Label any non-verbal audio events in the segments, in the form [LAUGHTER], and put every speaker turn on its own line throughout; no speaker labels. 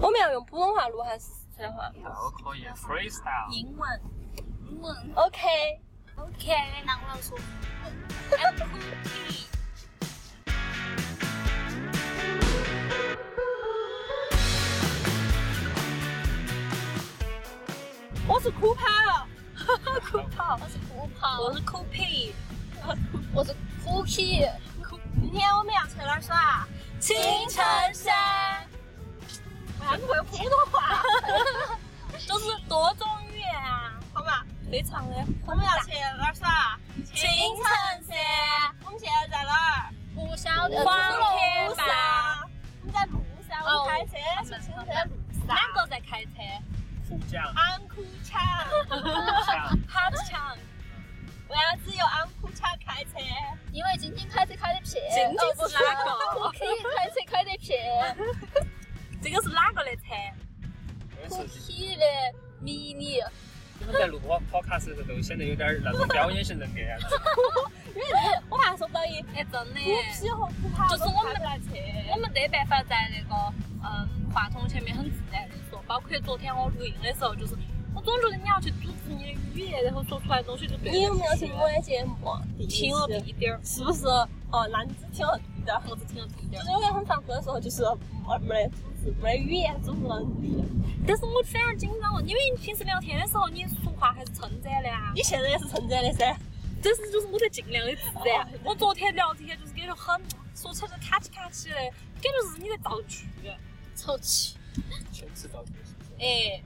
后面要用普通话录还是四川话？
然后可以 freestyle。
英文、英文
OK，
，OK，那我要说，I'm
[LAUGHS]
cooking。
我是酷跑，酷跑，
我是酷跑，
我是酷 [LAUGHS] 皮。
我是 Cookie。
今天我们要去哪儿耍？青城山。为啥子会普通 [LAUGHS] 话？就是多种语言啊，好吧？非常的。我们要去哪儿耍？青城山。我们现在在哪儿？
不晓得
黄
天
天坝。我们在路上，我们开车去青城路上。
哪个在开
[LAUGHS]
车？
虎将，
安库恰，
虎将，
好强！为啥子由安库恰开车？
因为晶晶开车开的撇。
晶晶是哪个
？Cookie 开车开的撇。
这个是哪个的车？
有时候
Cookie 的迷你，
你们在录播 podcast 的时候，显得有点那种表演型人格样子。
我怕说不到一
哎，真的。
虎皮和虎跑，
就是我们
来车。
我们没办法在那个嗯话筒前面很自然的说，包括昨天我录音的时候，就是我总觉得你要去组织你的语言，然后说出来的东西就对。
你有没有听我的节目？啊
听了一点儿，
是不是？哦，那你只听了一点儿，
我只听了一点儿
就是。有人很上课的时候，就是没没得组织，没得语言组织能力。
但是我反而紧张了，因为你平时聊天的时候，你说话还是撑展的啊。
你现在也是成长的噻。
但是就是我在尽量的自然。
哦
我昨天聊这些就是感觉很说起来就卡起卡起的，感觉就是你在造句。
臭气。
先吃到
哎，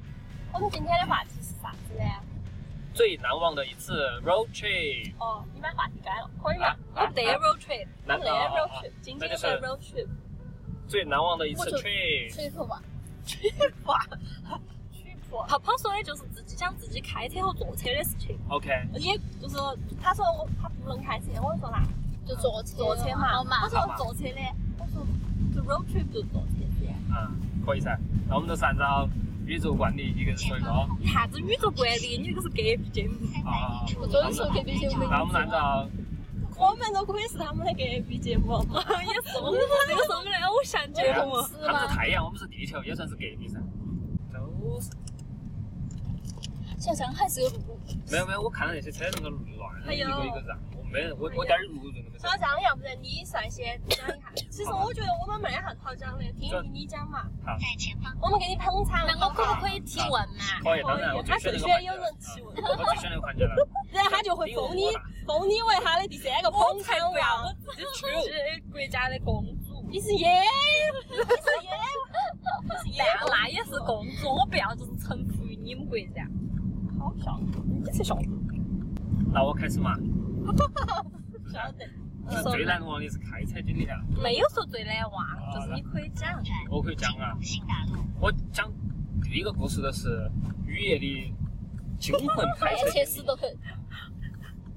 我们今天的话题是啥子呢？
最难忘的一次 road trip
哦，你把话题改了，可以
啊
吗？
我
啊
没
啊！
road trip，
我
难
们
啊
那
啊
road
啊
trip，今
那
天
就
的
是
road trip，
最难忘的一次
我就
trip，
吹口吧。
哇，去破。
泡泡说的就是自己讲自己开车和坐车的事情。
OK，
也就是他说我他不能开车，我说啦，
就坐车
坐车嘛。
好嘛
我，说坐车的，我说就 road trip 就坐车噻。
嗯，可以噻。那我们都是按照宇宙惯例，一个人说一个。啊
啥子宇宙惯例？你这个是隔壁节目。
啊，啊
我昨天说隔壁节目，
那我们按照
我们都可以是他们的隔壁节目，
[LAUGHS] 也是我们这个是我们的偶像节
[LAUGHS]
目。
他们是太阳，我们是地球，也算是隔壁噻。都是
小张还是有路，
没有没有，我看到那些车那个路乱，
哎
一
呦
个一个让，我没我我点儿路人都没走
小。张，要不然你率先讲一下。
[LAUGHS]
其实我觉得我们没啥子好讲的，听一听你讲嘛。
好，
我们给你捧场。
那我可不可以提问嘛？
可哦以，当然我
他
最喜
首
欢那个环节
先
了
有人提问，
嗯我最喜欢那个环
[LAUGHS]
节了。
然后他就会封你封你为他的第三个
我
捧
才
场
不要，
王
我。自己是国家的公主。
你是耶，你是耶，你是耶，
那那也是公主，我不要就是臣服于你们国家。
好笑，你才 [LAUGHS] 笑
那我开始
[LAUGHS]
嘛。
晓得。嗯
就是最难忘的是开车经历啊，
没有说最难忘，就是你可以讲。
我可以讲啊。我讲第一个故事的是雨夜的惊
[LAUGHS]
魂开车
哎
确
经
实
历。
都很。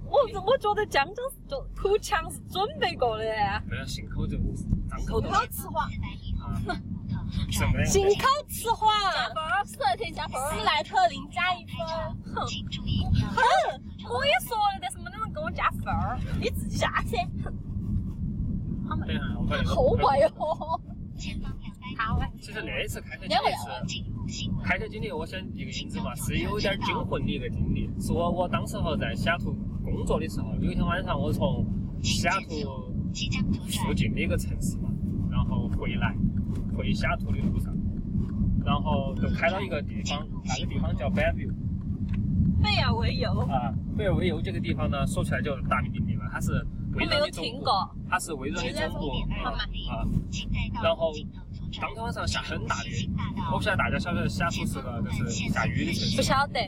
我我觉得江江是就口腔是准备过的，
没有信口就张口就
好吃黄， [LAUGHS]
啊，什么
进
呀？
口吃黄，
分儿，十来天加分
斯莱特林加一分。
哼，
嗯
我也说了，但是没能给我加分儿。
你自己下噻。
等一下，啊我把那个。
哎
哦！好哎，
其实那一次开车经历是，
啊
开车经历我先一个引子嘛，是有点惊魂的一个经历。是我我当时候在西雅图工作的时候，有一天晚上我从西雅图附近的一个城市嘛，然后回来回西雅图的路上，然后就开到一个地方，那个地方叫 Bellevue
没有为由。
啊，贝尔维尤这个地方呢，说起来就大名鼎鼎了，它是
我没
微软
有
的总
听
部，
过，
它是微软的总部啊啊。
然后
当天晚上下很大的雨，我
我
不晓得大家晓不晓得西雅图是个就是下雨的城市
不。晓得。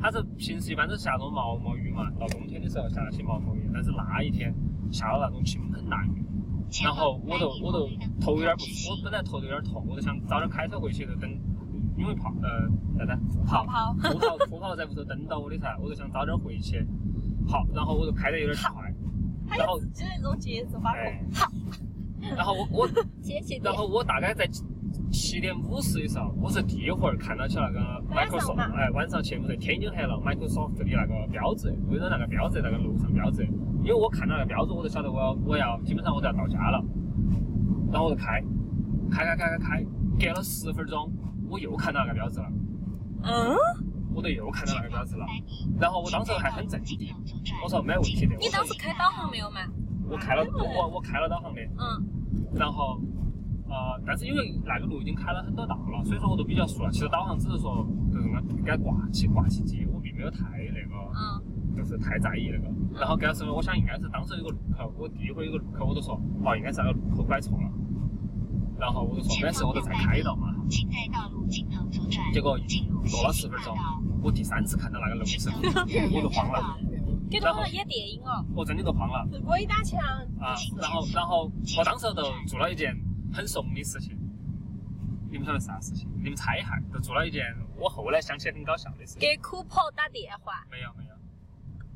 它是平时一般都是下那种毛毛雨嘛，到冬天的时候下那些毛毛雨，但是那一天下了那种倾盆大雨，然后我就我就头有点不，我本来头就有点痛，我就想早点开车回去，就等，因为跑呃啥子跑
好，
葡萄葡萄在屋头等到我的噻，我就想早点回去。好，然后我就开得有点快，
他有自己的那种节奏把控。
哎，然后我我
姐
[LAUGHS]
姐
然后我大概在七七点五十的时候，我是第一回儿看到起那个
晚上
Microsoft，
嘛
哎，晚上去我在天已经黑了，Microsoft 的那个标志，微软那个标志，那个楼上标志，因为我看到那个标志，我就晓得我要我要基本上我就要到家了，然后我就开，开开开开开，隔了十分钟，我又看到那个标志了，
嗯，
我都又看到那个标志了。然后我当时还很镇定，我说没问题的。
你当时开导航没有嘛？
我开了，我我我开了导航的，
嗯，
然后呃，但是因为那个路已经开了很多道了，所以说我都比较熟了。其实导航只是说就是给它挂起挂起机，我并没有太那个，
嗯，
就是太在意那个。然后给他时候，我想应该是当时有个路口，我第一回有个路口，我就说哦，应该是那个路口拐错了。然后我就说没事，我就再开一道嘛。
请在道路尽头左转，
结果
进入
走了十分钟，我第三次看到那个路的时候，我都慌了，
这
然后
东西演电影哦，
我真的都慌了
祖国一大墙，
啊！然后，然后我当时就做了一件很怂的事情，你们晓得啥事情？你们猜一下，就做了一件我后来想起来很搞笑的事情。
给酷跑打电话，
没有，没有，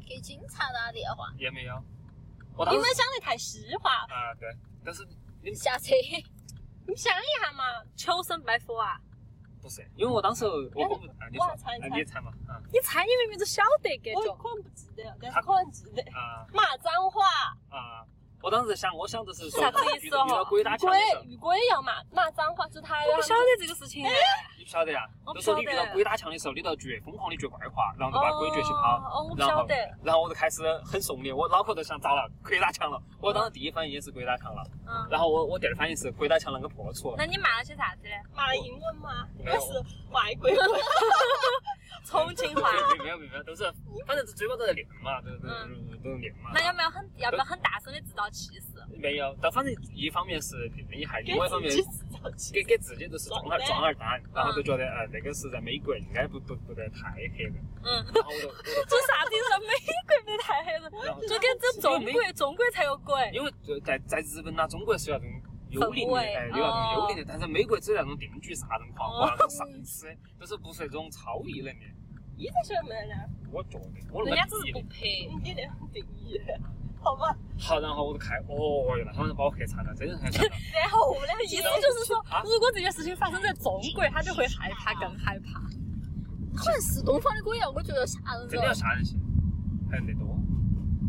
给警察打电话。
也没有。我当
你
时
们想的太实话了，
啊，对，但是
下车，
你想一下嘛。
求生白佛啊！
不是？因为我当时我我
哎
不啊，你说
我猜，
啊
猜
你猜嘛，啊
你猜你明明就晓得这
我
种，
可能不记得，但是可能记得。
啊
骂脏话，
啊！我当时想，我想的是说
啥子意
遇
思哦
到遇到鬼打墙的时候
鬼，鬼要骂骂脏话，就他
我
要
不晓得这个事啊情哎，
你不晓得呀？
我不
就说
晓
你
得
遇到鬼打墙的时候，你都要绝疯狂的绝外化，然后就把鬼绝起跑。
哦，我不
然
晓
后
得，，
然后我就开始很怂的，我脑壳都想糟了，鬼打墙了。我当时第一反应也是鬼打墙了，
嗯，
然后我我第二反应是鬼打墙啷个破除？
那你骂了些啥子呢？
骂了英文嘛，
没有
那是外国人。
重庆话，
[LAUGHS] 没有没有没有，都是反正嘴巴都在练嘛，都都都都练嘛。
嗯那要不要很要不要很大声的制造气势？
没有，但反正一方面是厉害，
给
另外一方面
自己制造气
给给自己就是壮二
壮胆
壮二胆，然
嗯
后就觉得呃那个是在美国应该不不不得太黑了。
嗯，
然后我就我就
做啥子说美国 [LAUGHS] 没太黑了，
然后
就跟这中国中国才有鬼。
因为就在在日本呐、中国是有那种幽灵的，哎，有那种幽灵
哦
的，但是美国只有那种定居杀人狂或那种丧尸，就是不是那种超异能的。
你在学没呢？
我觉得我
人
那
家
么
只
记
是
得
不。配，
啊你这样定义，好吧？
好，然后我就开，哦哟，那他们就把我吓惨了，真的吓惨了。
然后呢？
意思就是说
啊，
如果这件事情发生在中国，他就会害怕，更害怕。
可能是东方的鬼啊，我觉得吓人
真的要
了。
吓人些，还有得多。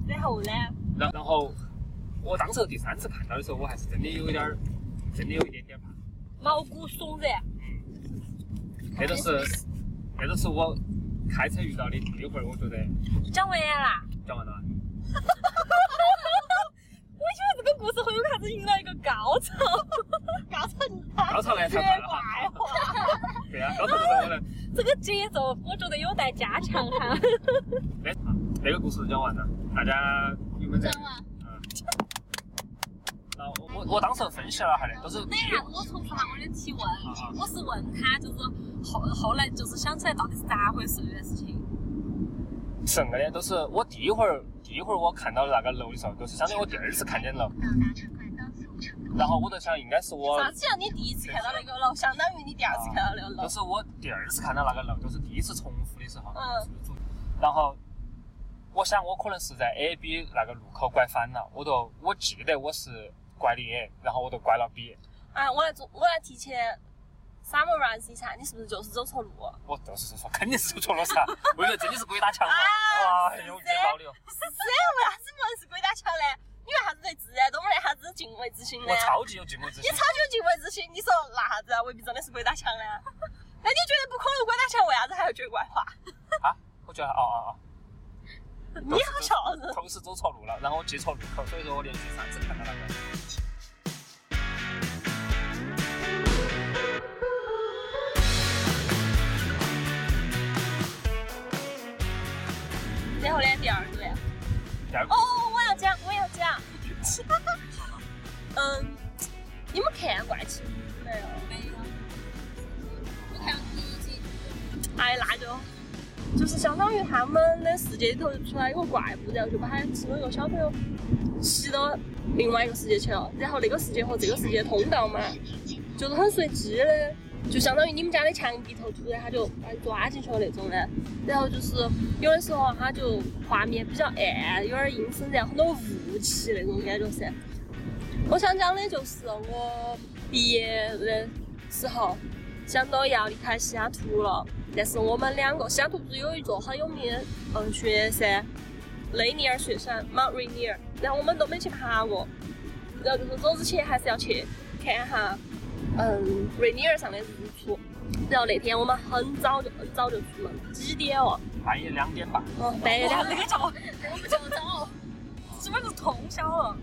然后呢？
然然后，我当时第三次看到的时候，我还是真的有一点儿，真的有一点
[LAUGHS]
点怕。
毛骨悚然，
那都是，那都是我开车遇到的第一回，我觉得
讲完啊啦。
讲
[LAUGHS]
完了。
我觉得这个故事会有啥子迎来一个高潮， [LAUGHS]
搞成他
高潮来
学
才
怪
罢了。
话，
对啊，高潮就是我的。
这个节奏我觉得有待加强哈。
哎，这个故事讲完了，大家有没有在？
讲完，
嗯。然后我我我当时分析了一下的，都是
等一下，我重复下我的提问
啊，
我是问他，就是后后来就是想起来到底是咋回事这件事情。
什么的，都是我第一回儿第一回儿我看到那个楼的时候，就是相当于我第二次看见楼，
到达城管高速成功。
然后我就想应该是我，
上次让你第一次看到那个楼，相当于你第二次看到那个楼
就。是我第二次看到那个楼，就是第一次重复的时候，
嗯
然后我想我可能是在 A B 那个路口拐反了，我就我记得我是拐的 A，然后我就拐了 B，
啊，我来做，我来提前 summarize 一下，你是不是就是走错路？哦
我哦就是说肯定是出错了噻，我以为真的是鬼打墙了，哇，
啊
很有礼貌的哦。
是这样，为啥子不能是鬼打墙呢？你为啥子对自然都没得啥子敬畏之心呢？
我超级有敬畏之
啊你
心
超，级有敬畏之心，你说那啥子啊？未必真的是鬼打墙呢？ [LAUGHS] 那你觉得不可能鬼打墙，为啥子还要觉得怪话？
啊我觉得哦哦哦，
你好笑人。
同时走错路了，然后我记错路口，所以说我连续三次看到那个。
然后呢，第二对。
第二
哦，我要讲，我要讲。嗯，你们看《怪奇物语》没有？
没有，我看第一集，
哎，那就就是相当于他们的世界里头出来一个怪物，然后就把他其中一个小朋友吸到另外一个世界去了，然后那个世界和这个世界通道嘛，就是很随机的，就相当于你们家的墙壁头突然他就把你抓进去了那种的。然后就是有的时候他就画面比较暗，有点阴森，然后很多雾气那种感觉噻。我想讲的就是我毕业的时候，想到要离开西雅图了，但是我们两个西雅图不是有一座很有名的嗯雪山，雷尼尔雪山 Mount Rainier，然后我们都没去爬过，然后就是走之前还是要去看一下嗯瑞尼尔上的日出。然后那天我们很早就很早就出门，几点哦？
半夜两点半，
嗯，半夜两点钟，
我们就早，
基本是通宵啊了。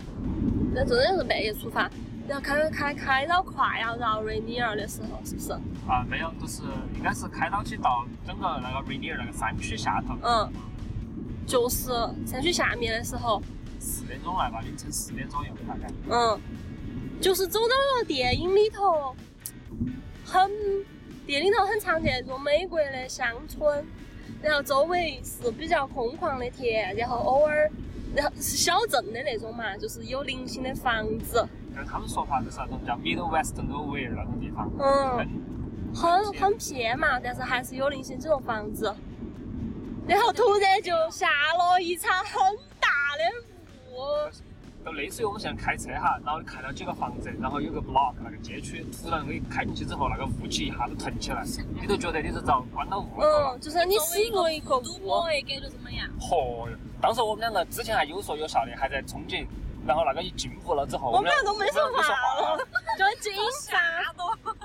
那真的是半夜出发，然后开开开到快要到瑞尼尔的时候，是不是？
啊，没有，就是应该是开到去到整个那个瑞尼尔那个山区下头，
嗯，就是山区下面的时候，
四点钟来吧，凌晨四点左右大概。
嗯，就是走到了电影里头，很电影里头很常见那种美国的乡村，然后周围是比较空旷的田，然后偶尔，然后是小镇的那种嘛，就是有零星的房子，
但他们说法就是那种叫 Middle West Nowhere 那种地方，
嗯，
很
很很偏嘛，但是还是有零星这种房子。然后突然就下了一场很大的雾，
就类似于我们现在开车哈，然后看到几个房子，然后有个 block 那个街区，突然你开进去之后，那个雾气一下子腾起来，你都觉得你是遭关到雾里头了。
嗯，就是你洗过一个
如
雾，
果会感觉怎么样？
嗯嚯、哟，当时我们两个之前还有说有笑的，还在憧憬，然后那个一进步了之后，
我们
俩
俩都没说
我们俩都没说话
话
了。
就惊吓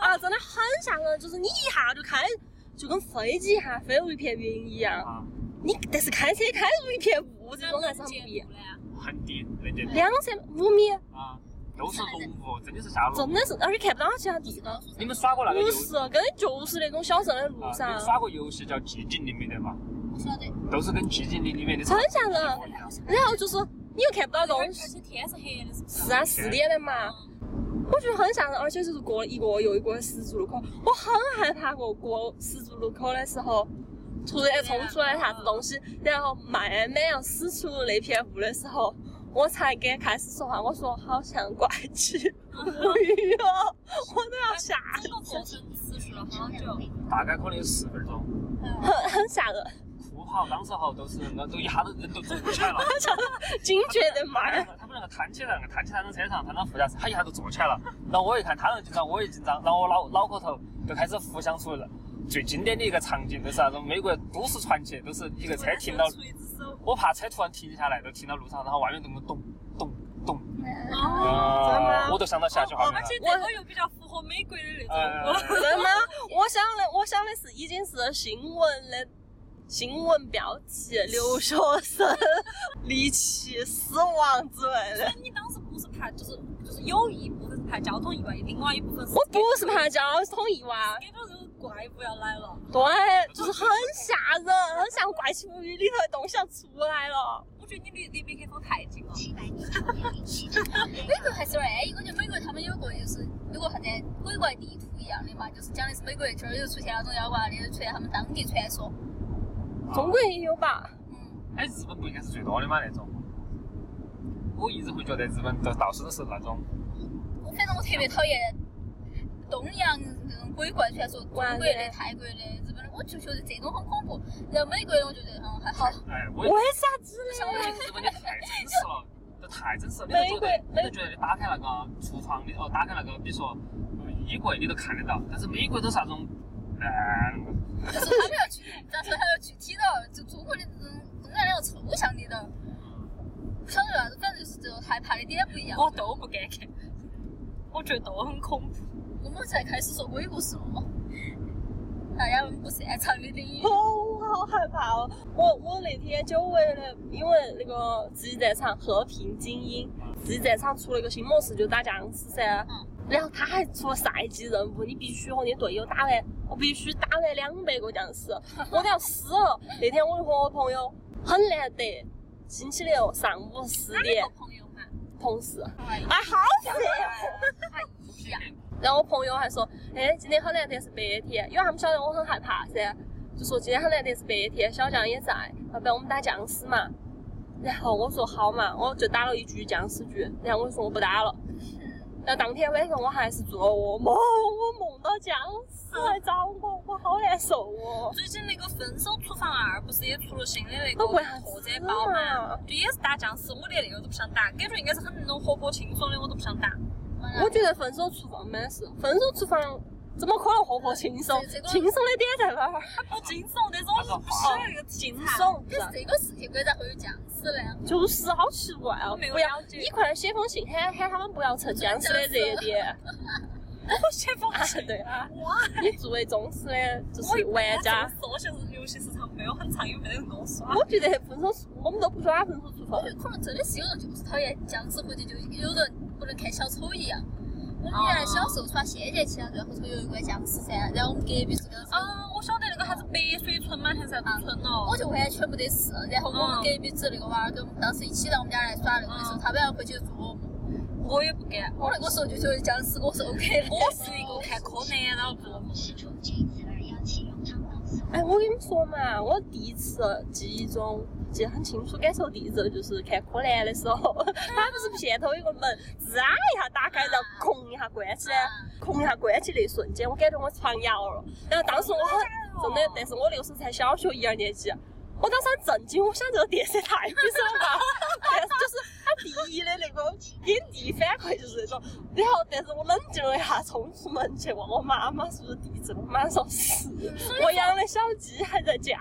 啊，真的很吓人，就是你一下就开，就跟飞机一下飞入一片云一样，
啊，
你但是开车开入一片雾，这种还是很不一样，
很低，那点
两三五米，
啊，都是浓雾，真的是下
真
路。
的是，而且看不到其他地方。
你们耍过那个游
不是，跟就是那种小镇的路
啊？你
上
们，耍过游戏叫寂静岭没得嘛？
我晓得，
都是跟寂静岭里面的
很吓人。然后就是你又看不到
而
东
且而
西，
且天是黑的，是不是？
是啊，四点的嘛。我觉得很吓人，而且就是过了一个又一个十字路口，我很害怕过过十字路口的时候，突然冲出来啥子东西，然后慢慢要驶出那片雾的时候，我才敢开始说话。我说好像怪奇物语哦，我都要吓，
整个过程持续了好久。
大概可能有十分钟。
很很吓人，
酷跑当时候都是那都一下子人都坐不起来了。
惊觉的嘛。
他们两个摊起来，那个摊起来在车上，摊到副驾驶，他一下就坐起来了。然后我一看他人紧张，我也紧张，然后我脑脑壳头就开始浮想出了最经典的一个场景，就是啥子美国都市传奇，都是一个车停到，
出一只手。
我怕车突然停下来，就停到路上，然后外面那么咚咚咚，
哦。
真的吗
啊，我都想到下句画面
而
了。
且这个又比较符合美国的那种。
呃，
真的，我想的，我想的是已经是新闻的新闻标题，留学生离奇死亡之类的。
你当时不是怕，就是就是有一部分是怕交通意外，另外一部分是
我不是怕交通意外，
感觉这个怪物要来了。
对，就是很吓人，很像怪奇物语里头的东西要出来了。
我觉得你离离麦克风太近了。
七百米处远离机场。
美国还是有哎，我觉得美国他们有个就是有个啥子鬼怪地图一样的嘛，就是讲的是美国这儿又出现那种妖怪，那又出现他们当地传说。
中国也有吧？
嗯，
哎，日本不应该是最多的吗？那种，我一直会觉得日本都到处都是那种。
我反正我特别讨厌东洋这种鬼怪传说，中国
哇
的、泰国的、日本的，我就觉得这种很恐怖。然后美国的我就觉得嗯还好，
哎，我
为
也
啥子
我觉
呢？
得日本的太真实了，这太真实了，你都觉得你都觉得你打开那个厨房的哦，打开那个比如说呃衣柜你都看得到，但是美国都是那种，呃，
就是他们要去，但是他要具体的，就中国的这种东南亚抽象的的，不晓得啥子，反正就是这种害怕的点不一样。
我都不敢看，我觉得都很恐怖。
我们才开始说鬼故事了哎嘛，大家不擅长的领域
哦，。我好害怕哦！我我那天久违的，因为那个自己战场和平精英，自己战场出了一个新模式，就打僵尸噻。啊然后他还出了赛季任务，你必须和你队友打完，我必须打完两百个僵尸，我都要死了。那天我就和我朋友很难得，星期六上午十点
个，朋友嘛，
同事，
哎
[LAUGHS] 哎，好烦哦。
呀，
然后我朋友还说，哎，今天很难得是白天，因为他们晓得我很害怕噻，就说今天很难得是白天，小将也在，要不然我们打僵尸嘛。然后我说好嘛，我就打了一局僵尸局，然后我就说我不打了。然后当天晚上我还是做噩梦，我梦到僵尸来找我，我好难受哦。
最近那个《分手厨房二》啊不是也出了新的那
那
个
为啥
拓
子
展包嘛
嘛？
就也是打僵尸，我连那个都不想打，感觉应该是很那种活泼轻松的，我都不想打。
我觉得分手厨房没事，分手厨房怎么可能活泼轻松？
这这个
轻松的点在哪儿？
我惊悚那种，我不是那个惊
惊
悚。 [LAUGHS]
悚，
但是这个世界鬼咋会有僵尸呢？
就是好奇怪哦，
我没有
不要
了，解
你快点写封信喊喊他们不要蹭僵尸的热点。
我先放弃。
啊 [LAUGHS] 对啊，
我
你作为忠实的就是玩家，，
我现在游戏时长没有很长，又没人跟我耍。
我觉得分手是我们都不抓分手处罚
我觉。得可能真的是有人就是讨厌僵尸，或者就有人可能看小丑一样。我们原来小时候耍仙剑去了，然后头有一关僵尸噻，然后我们隔壁是个，
哦
啊，我晓得那个啥子白水村嘛，还是啥子村哦
我？就完全没得事。然后我们
嗯
哦
隔壁子那个娃儿跟我们当时一起到我们家来耍那个的时候，
嗯
他晚上回去就做噩梦。
我也不敢，
我那个时候就觉得僵尸我是 OK 的。
我是一个看柯南然后做梦。
哎，我跟你们说嘛，我第一次记忆中记得很清楚，感受第一次就是看柯南的
[LAUGHS]
时候，他不是先头有个门，吱啊一下打开，然后空一下关起
啊
来，空一下关起那一瞬间，我感觉我床摇了。然后当时我
哦
很真的，但是我那个时候才小学一二年级，啊我当时很震惊，我想这个电视太逼真了吧？但是就是它第一的那个给第一反馈就是那种，然后但是我冷静了一下，冲出门去问我妈妈是不是地震，我妈说是，我养的小鸡还在叫。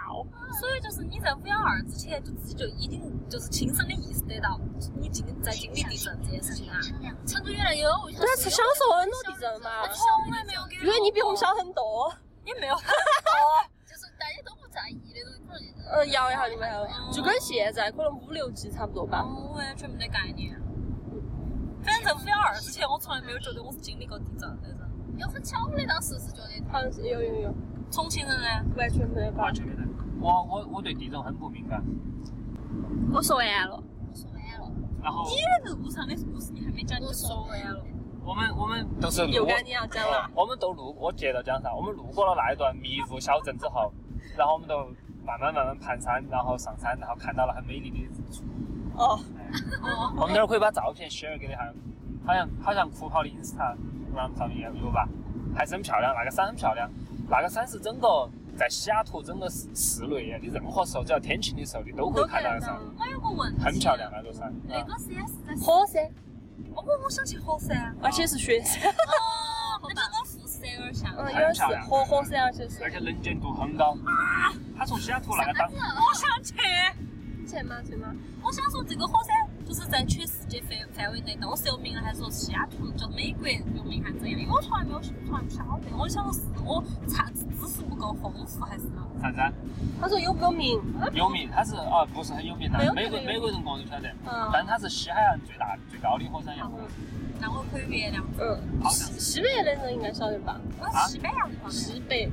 所以就是你在五幺二之前，就自己就已经就是亲身的意识得到你经在经历地震这件事情啊。
成都原来有，我
那是小时候很多地震嘛，
从来没有给
因为你比我们小很多。
你没有。
就是大家都不在意的，可能就是
嗯，摇一下就没有，就跟现在可能五六级差不多吧。
我完全没得概念。啊反正五幺二之前，我从来没有觉得我是经历过地震的人。
嗯有很巧的，当时是觉得
好像是有有有，
重庆人呢？
完全没有吧
完。全没得。我我我对地震很不敏感，
我说完了，
我说完了，
然后
你的路上的故事你还没讲，你就啊说完了。
我们我们都是
又
路过，
该你要讲了。
我们都路，我接着讲啥？啊我们路过了那一段迷雾小镇之后，然后我们都慢慢慢慢盘山，然后上山，然后看到了很美丽的日出。
哦
哎。我们等会儿可以把照片 share 给你哈，好像好像酷跑的 Insta 上上面也有吧，还是很漂亮，那个山很漂亮，那个山是整个在西雅图整个市市内，你任何时候只要天晴的时候，你都可以看到那个山，
我有个问题。
很漂亮。那座山。
那个是也是在，
火山，
我我我想去火山，
而且是雪山，
哦，那就跟富士山有点像。
哦
嗯，有点是火火山，而且是
而。且能见度很高。他从西雅图那个当，
我想去。
前吗？前吗？
我想说，这个火山就是在全世界范范围内都是有名的，还是说西雅图就美国有名还是怎样？因为我从来没有去，从来不晓得。我想说是我查知识不够丰富，还是
啥子啊？
他说有没有名？
有名，它是啊，不是很有名，但
没有
美国
特别
美
有
国人个人晓得，
嗯
但它是西海岸最大最高的火山洋湖，
那我可以原谅。
嗯，
好像是
西北的人应该晓得吧？
啊
我是西班牙人嘛，
西北，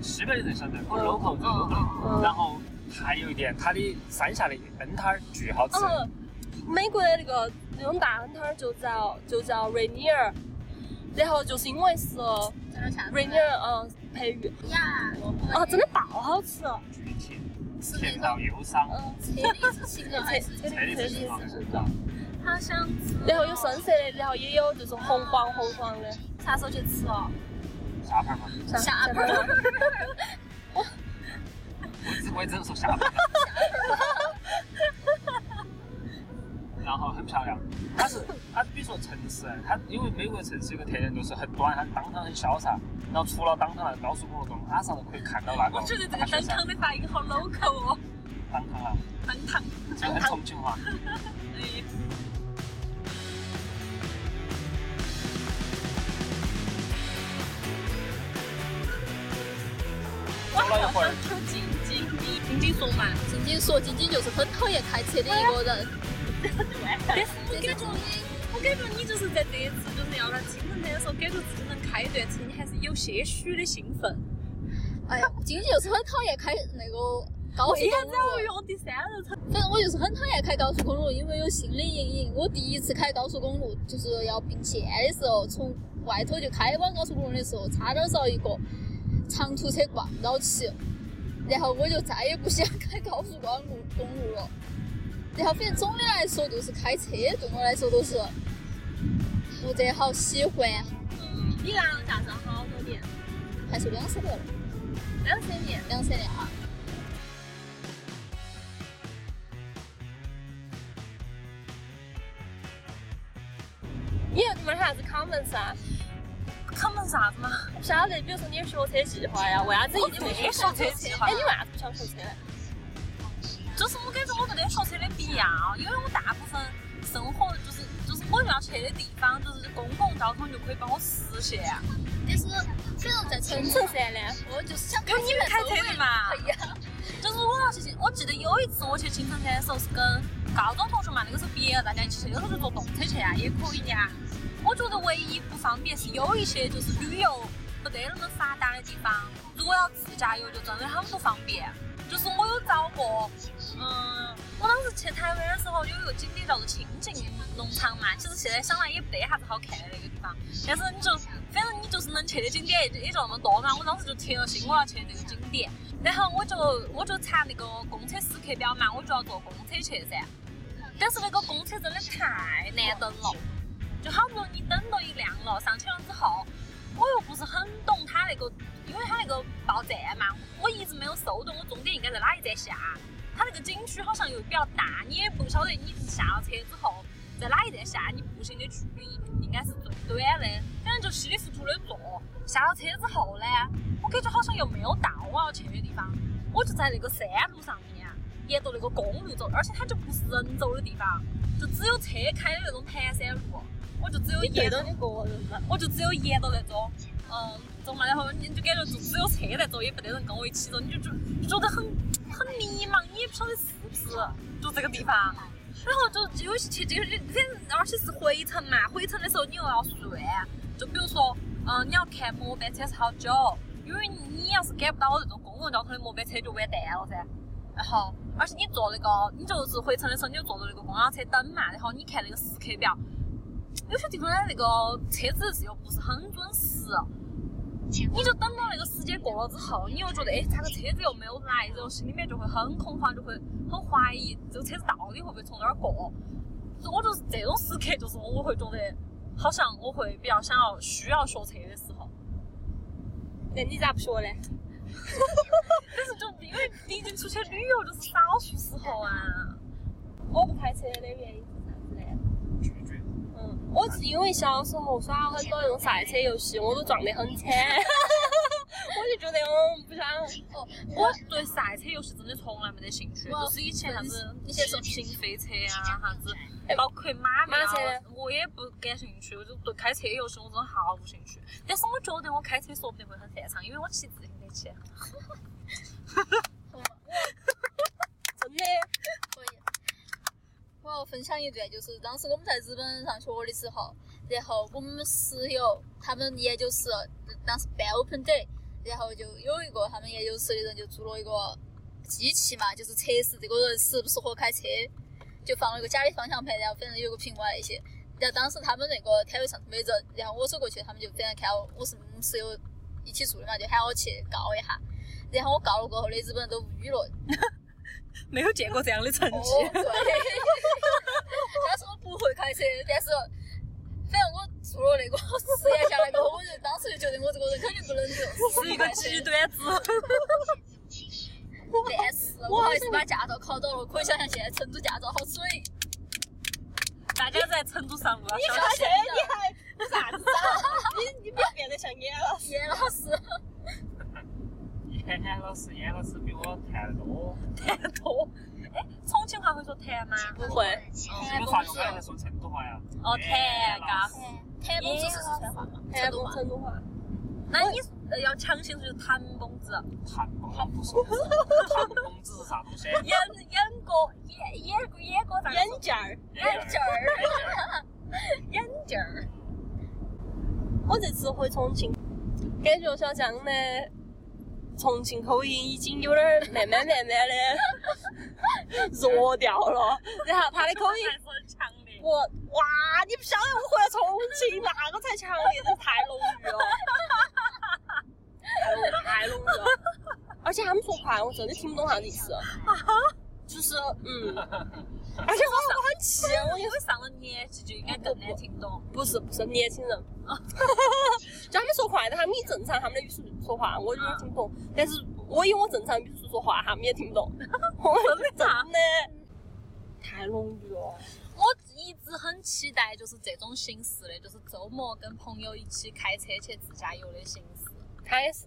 西北人晓得，可能 local 最 local。
嗯
然后还有一点，它的山下的灯塔儿巨好吃，
嗯，美国的那个那种大摊儿就叫就叫瑞尼尔，然后就是因
[LAUGHS]
为是
在那下
瑞尼尔嗯培育，
呀，
啊，真的爆好吃，哦
巨甜，甜到忧伤。
嗯，
车里是行
[LAUGHS]
啊
人还是
车
车里
车
是
里
什么？
好想吃。
然后有深色的，然后也有就是红黄红黄的，
啥时候去吃哦？
下盘嘛，
啥
下
啥
班？
我只我也只能说下盘。然后很漂亮，它是它比如说城市，它因为美国城市有个特点就是很短，它当场很潇洒，然后除了当场的高速公路上，马上就可以看到那个
我觉得这
大
个
雪
单
山
康的发音好 local 哦，
当堂啊，
单康。
就很重庆话。走了一会儿，
晶晶，你晶晶说嘛，
静静说，静静就是很讨厌开车的一个人。
但是我
这
感
是
觉
静静，
我感觉你就是在这一次就是要到清晨的时候，感觉自己能开一段车，你还是有些许的兴奋。
[LAUGHS] 哎呀，静静就是很讨厌开那个高速
为啥
公
子要
路。
用第三人称？
反正我就是很讨厌开高速公路，因为有心理阴影。我第一次开高速公路就是要并线的时候，从外头就开往高速公路的时候，差点遭一个长途车撞到起，然后我就再也不想开高速公路公路了。然后反正总的来说，就是开车对我来说都是不得好喜欢，啊
你拿了驾照好多年，
还是两三年了，
两三年。
两三年啊。
你有你们啥子 comments 啊？
他们啥子嘛？
不晓得，比如说你有学车计划呀，为啥子一直没学车？
车计
哎，你为啥子不想学车呢？
就是我感觉我没得学车的必要，因为我大部分生活就是就是我要去的地方，就是公共交通就可以帮我实现啊。
但是虽然在城市噻呢，我就是想
跟你们开车的嘛
可以啊，
就是我要去，我记得有一次我去青城山的时候是跟高中同学嘛，那个时候毕业了，大家一起去，那时候就坐动车去啊，也可以呀、我觉得唯一不方便是有一些就是旅游不得那么发达的地方，如果要自驾游就真啊的很不方便。就是我有找过，嗯，我当时去台湾的时候有一个景点叫做清境农场嘛，其实现在想来也不得啥子好看的那个地方，但是你就反正你就是能去的景点也就也就那么多嘛。我当时就铁了心我要去这个景点，然后我就我就查那个公车时刻表嘛，我就要坐公车去噻。但是那个公车真的太难等了，就好不容易等到一辆了，上去了之后，我又不是很懂它那个，因为它那个报站嘛，我一直没有搜懂我终点应该在哪一站下。它那个景区好像又比较大，你也不晓得你下了车之后在哪一站下，你步行的距离应该是最短的。反正就稀里糊涂的坐，下了车之后呢，我感觉好像又没有到我要去的地方，我就在那个山路上面啊沿着那个公路走，而且它就不是人走的地方，就只有车开的那种盘山路，我就只有
你
沿
夜
着
到你个人嘛，
我就只有沿着那种，嗯，走嘛，然后你就感觉就只有车在走，也不得人跟我一起走，你就就就觉得很很迷茫，你也不晓得是不是就这个地方。然后就有些去这个，而且是回程嘛，回程的时候你又要算，就比如说，嗯、你要看末班车是好久，因为你要是赶不到这种公共交通的末班车就完蛋了噻。然后，而且你坐那个，你就是回程的时候你就坐到那个公交车等嘛，然后你看那个时刻表，有些地方的那个车子是又不是很准时，你就等到那个时间过了之后，你又觉得哎，咋个车子又没有来？然后心里面就会很恐慌，就会很怀疑这个车子到底会不会从那儿过。就我就是这种时刻，就是我会觉得好像我会比较想要需要学车的时候，
那你咋不学呢？
但是就因为毕竟出去旅游就是少数时候啊。
我不开车的原因是啥子呢？
拒绝。
嗯，我是因为小时候耍了很多那种赛车游戏，我都撞得很惨，我就觉得我不想。
哦我对赛车游戏真的从来没得兴趣，
我
就是以前啥子
一些手
行飞车啊，啥子包括马
马哎车
啊，我也不感兴趣。我就对开车游戏我真的毫无兴趣。但是我觉得我开车说不定会很擅长，因为我骑自行车骑。
真的，
可以。我要分享一段，就是当时我们在日本上学的时候，然后我们室友他们研究室当时办 open day，然后就有一个他们研究室的人就做了一个机器嘛，就是测试这个人适不适合开车，就放了一个假的方向盘，然后反正有个屏幕啊那些。然后当时他们那个摊位上没人，然后我走过去，他们就反正看我，我是我们室友一起住的嘛，就喊我去告一下。然后我告了过后，那日本人都无语了，
没有见过这样的成
哦，
[LAUGHS]
对，他说不会开车，但是反正我做了那个实验下来过后，我就当时就觉得我这个人肯定不能做，
是一个极端值。
但是我还是把驾照考到了，可以想象现在成都驾照好水。
大家在成都上路啊，
开车
你还你啥子啊？你你不要变得像严老师。
严老
严老师，
师，
严老师比我谈得多。
谈多。哎，重庆话会说谈吗？
不会，
哦你们话用哪来说成都话呀？
哦，谈，嘎。
谭公子是四川话嘛？
哎
成都
不
话。
成都话，
那你呃要强行说谭公子，
谭 [LAUGHS] 公不说，谭公子是啥东西？
演演过演演过演过啥？
眼镜儿。
眼镜儿，眼镜儿。
我这次回重庆，感觉小张的重庆口音已经有点儿慢慢慢慢的弱掉了，然后他的口音，
还是很强的。
我哇，你不晓得我回了重庆那个才强烈，真是太浓郁了，太浓太浓郁了，哦而且他们说快，我真的听不懂啥意思，就是嗯，而且我我很气，我
我因为上了年纪就应该更难听懂。
不是不是年轻人，就他们说话，他们也正常他们的语速说话，我有点听不懂。但是我以我正常语速说话，他们也听不懂。我真的太浓郁了。
我一直很期待就是这种形式的，就是周末跟朋友一起开车去自驾游的形式。
他也是，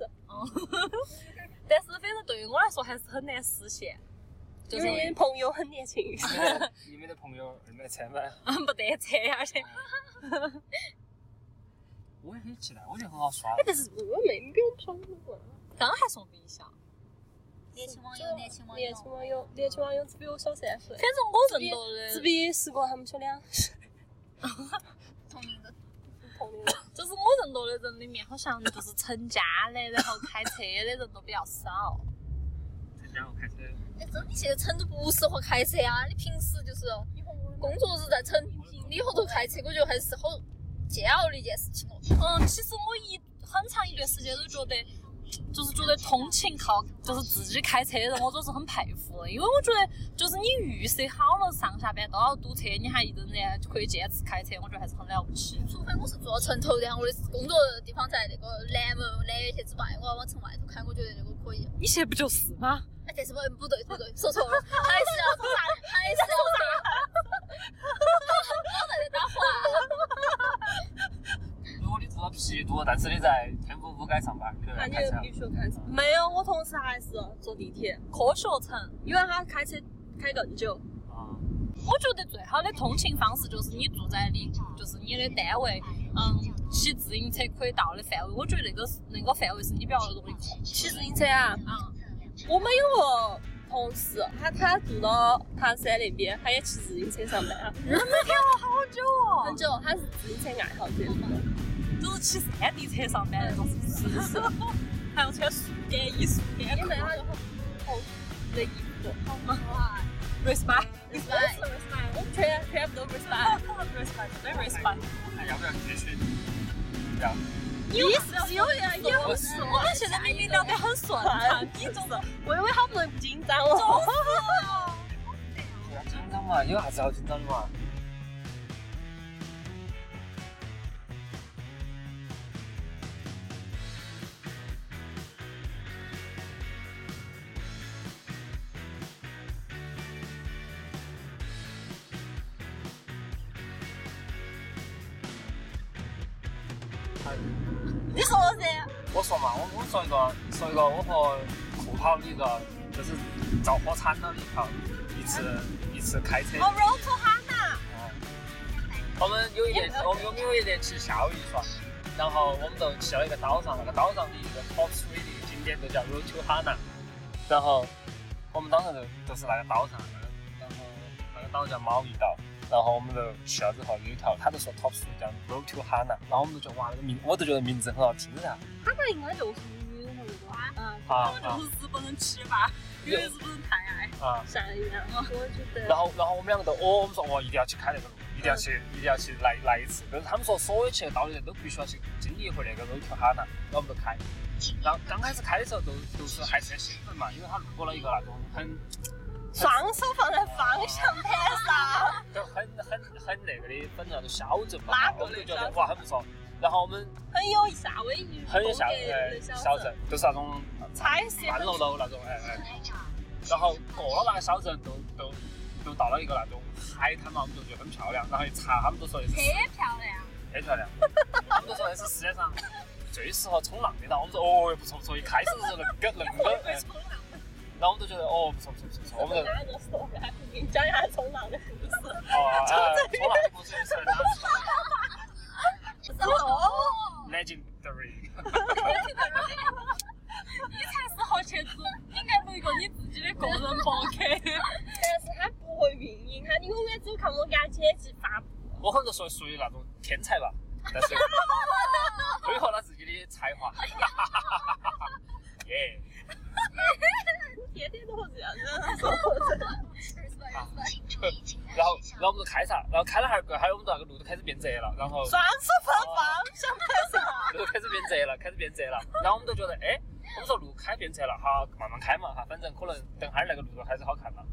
但是反正对于我来说还是很难实现。
因为朋友很年轻。
你们的朋友买菜吗？
没得啊车，而且
我也很期待，我觉得很好耍。
但是我妹妹比我漂亮。
当然送冰箱。
年轻网友，年轻网
年
友，
轻网友，年轻网友只比我小三岁
反，正我认到
只
的，
比时光他们小两岁。
同龄的，
同龄人
就是我认到的人里面，好像就是成家的，然后开车的人都比较少。
然后开车，
哎，真的现在成都不适合开车啊！你平时就是工作日在成，你后头开车，我觉得还是好煎熬的一件事情哦。
嗯，其实我一很长一段时间都觉得，就是觉得通勤靠就是自己开车的人，我都是很佩服的，因为我觉得就是你预设好了上下班都要堵车，你还仍然可以坚持开车，我觉得还是很了不起。
除非我是住到城头，然后我的工作地方在那个南门南苑去之外，我要往城外头开，我觉得那个可以。
你现在不就是吗？
哎，但是不不对不对，说错了，还是要说啥？还是要说啥？脑袋在打滑，
如果你住到郫都，但是你在天府五街上班，你就
那
要
你
开车
就。必须要开车。没有，我同事还是坐地铁，
科学城，
因为他开车开更久。
啊，
我觉得最好的通勤方式就是你住在你就是你的单位，嗯，骑自行车可以到的范围，我觉得那个是那个范围是你比较容易控制。
骑自行车啊，
嗯，
我们有个同事，他他住到唐山那边，他也骑自行车上班啊，
好久哦
很久，他是自行车爱好者。
就是骑山地车上班那种，是不是？ [LAUGHS] 还要穿速干衣、速干
因
裤
为他就好好的衣服，好嘛，
，respect
我是 respect，我们全全部都 respect。
respect 真 respect。
那要不要继续聊？
你是有呀，也
我
不
是
是
我们现在明明聊得很顺
啊
[LAUGHS] 畅，你就是
我以为好不容易不紧张了。
不要紧张嘛，有啥子好紧张的嘛？
你说噻，
我说嘛，我我说一个，说一个我和酷跑的一个，就是遭火惨了的一条，一次一次开车。
我 road to Hana，
哦我们有一年，我们我们有一年去夏威夷耍，然后我们就去了一个岛上，那个岛上的一个 top three 的一个景点就叫 Rotohana，然后我们当时就就是那个岛上，那个然后那个岛叫毛利岛，然后我们就去了之后有一条，他就说 top three 叫 Rotohana，然后我们就觉得哇那个名，我就觉得名字很好听噻，
他那应该就是女的吧？嗯，
啊啊
日本人骑吧，因为日本人太爱。
啊。
像一样，我觉得。
然后，然后我们两个都，哦，我们说，哇，一定要去开那个路，一定要去，一定要去来来一次。但是他们说，所有去的道的人都必须要去经历一回那个 road to Hana，然后我们就开。然后刚开始开的时候都都是还是很兴奋嘛，因为他路过了一个那种很
双手呃放在方向盘上，
就很很很那个的，反正那种小镇嘛
哪，
我
个
们
的
就觉得哇很不错。然后我们
很有哎夏威夷
很有
风
小
格的
呃
一个
小镇，就是那种
彩色
半楼楼那种哎哎。然后过了那个小镇，都都都到了一个那种海滩嘛，我们就觉得很漂亮。然后一查，他们都说的是
漂亮，
很哎漂亮。他们都说那是世界上最适合冲浪的岛。我们说哦，不错不错，一开始是恁个恁个，哎然后我们就觉得哦，不错不错不错不错，我们 [LAUGHS] 就
拿着手来，我给你讲一下冲浪的故事。
哦，哎冲浪的故事是很难
哦，
legendary。
你才是好去子，应该录一个你自己的个人博 [LAUGHS] 客。
但是他不会运营，他你永远只有看我给他剪辑发布。
我可能说属于那种天才吧，但 [LAUGHS] 是挥霍了自己的才华。 [LAUGHS] 耶！
天天都是这样子。
然后，然后我们就开啥？然后开了还儿，还有我们那个路都开始变窄了，然后
双手放方向盘上，
路开始变窄了，开始变窄了。然后我们就觉得，哎，我们说路开变窄了，哈，慢慢开嘛，哈，反正可能等哈儿那个路还是好看嘛。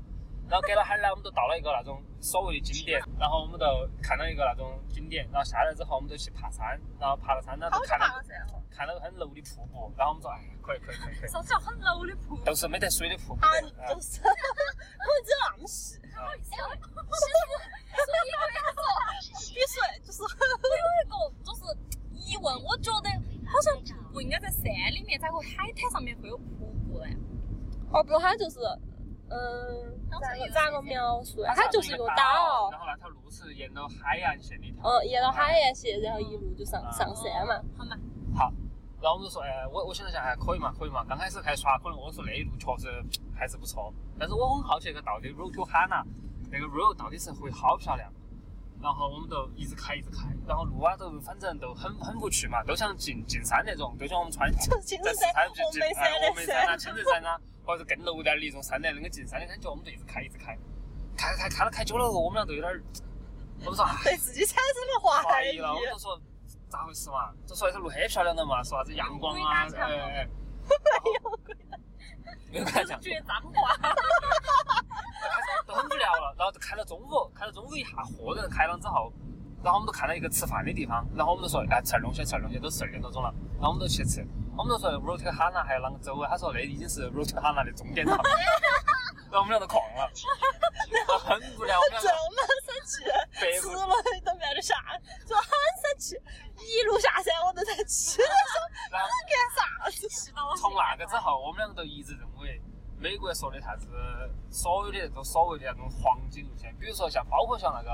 然后隔了哈儿呢，我们就到了一个那种所谓的景点，然后我们就看到一个那种景点，然后下来之后我们就去爬山，然后爬了山呢，就
好
看
像
了
爬山哦。
看了很楼的瀑布，然后我们说，哎，可以可以可以可以，
啥叫很 low 的铺？
都是没得水的瀑布
啊，
的。
你就是， [LAUGHS] 我只有那么细，
啊
比水就是
这个就是疑问，我觉得好像不应该在山里面，咋个海滩上面会有瀑布嘞？
哦不，它就是嗯，
当
咋
时有
个
一
咋
些
个描述啊？
它就是
一
一
个
个
岛，
岛
然后呢，它路是沿着海岸线的一条。
嗯，沿着海岸线，然后一路就上
啊
上山嘛。
好嘛，
然后我们就说，哎，我我想了一下，还可以嘛，可以嘛。刚开始开始耍，可能我说那一路确实还是不错，但是我很好奇那个到底 road to Hana 那个 road 到底是会好漂亮。然后我们就一直开一直开，然后路啊都反正都很很不去嘛，都像进进山那种，就像我们川
就青
在
城山、
山
峨眉山
峨
的
眉山
山，
啊啊、青城山啊，或者是更 low 点儿的一种山的那个进山的感觉，我们就一直开一直开，开开开了开久了，我们俩都有点儿，我们说哎
对自己产生了怀
怀
疑
疑。了，我就说咋回事嘛？就说这路很漂亮的嘛，说啥子阳光啊，哎哎，哎然后没有啊跟他讲，
觉得脏话，
就开始都很无聊了，然后就开到中午，开到中午一下豁然开朗之后，然后我们就看到一个吃饭的地方，然后我们就说，哎，吃点东西，吃点东西，都十二点多钟了，然后我们就去吃，我们就说 r o t e h a n a 还有啷个走啊？他说那已经是 r o t e h a n a 的终点 [LAUGHS] 站了，然后我们俩都狂 [LAUGHS] 了，很无聊，我们俩
这我们很生气。
背
吃
过
了都没得啥，就很生气。啊一路下山我都在吃，
然后
干啥子？
从那个之后，我们两个都一直认为美国说的啥子所有的那种所谓的那种黄金路线，比如说像包括像那个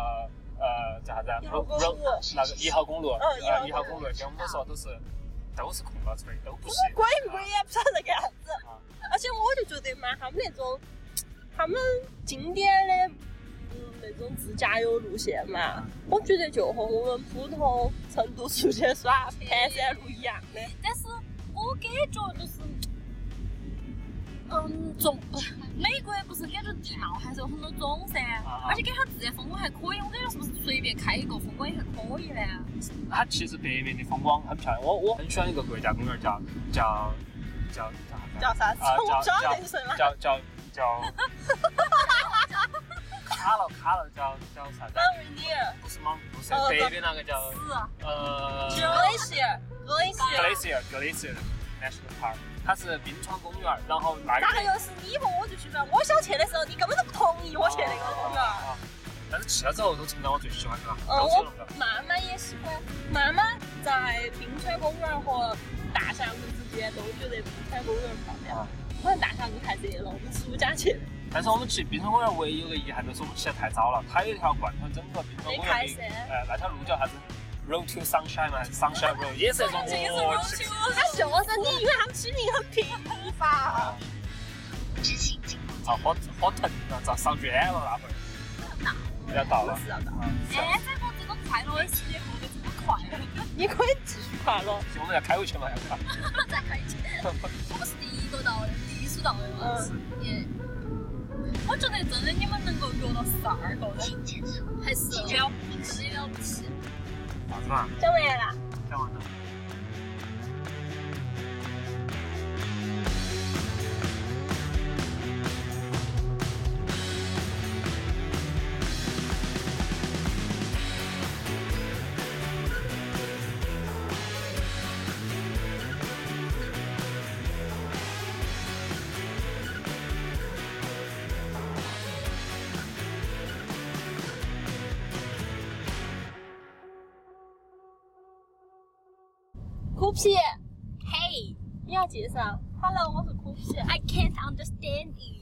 呃叫啥子啊
一号公路
Ro- Ro- 那个一号公路，
嗯一号
呃一号公路，像我们说都是都是空到吹，都不是。
鬼不鬼也不晓得干啥子
啊。
而且我就觉得嘛，他们那种他们经典的嗯那种自驾游路线
啊
嘛，我觉得就和我们普通成都出去耍盘山路一样的。
但是我感觉就是，嗯，中不是美国不是感觉地貌还是有很多种噻，
啊
而且感觉它自然风光还可以，我感觉是不是随便开一个风光也还可以嘞？
它其实北面的风光很漂亮，我我很喜欢一个国家公园叫叫叫叫
叫啥子？
啊
我不
叫
晓
叫
得是什么。
叫叫叫，卡了卡了叫叫啥子啊？
Mountaineer，
不是吗？不是
呃
北边那个叫
是啊，
呃。
Glacier。Glacier，
Glacier Glacier National Park，它是冰川公园，然后那
咋个又是你和我就去了？我想去的时候，你根本都不同意我去那个公园。
啊，但是去了之后都成了我最喜欢的了，
嗯
都是那个。
妈妈也喜欢，妈妈在冰川公园和大峡谷之间都觉得冰川公园漂
啊
亮。我看大峡谷太热了，我们暑假去的，
但是我们去冰川公园唯一有个遗憾就是我们去的太早了，它有一条贯穿整个冰川
没
公
开
园
车
的，。呃，那条路叫啥子？Road to Sunshine 嘛，还是 Sunshine
[LAUGHS]
Road 也是那种我去。
他就是你，因为他们起名很平
[LAUGHS] [LAUGHS]
凡。
啊，啊，好好疼啊，遭烧卷了那会儿。要到了
是要到，
啊，是啊
哎，这个这个快
[LAUGHS]
乐的时间过得这么快，
你可以继续快乐。
我们要开回去嘛，要不
再开一我们是第一个到的，第一组到的嘛。
嗯，
也
我觉得真的你们能够约到十二个人，
还是
了
极了不起。
好啊是吧？
讲完了。
干嘛呢？
酷皮，
Hey,
你要介绍？Hello，我是酷皮。
I can't understand you.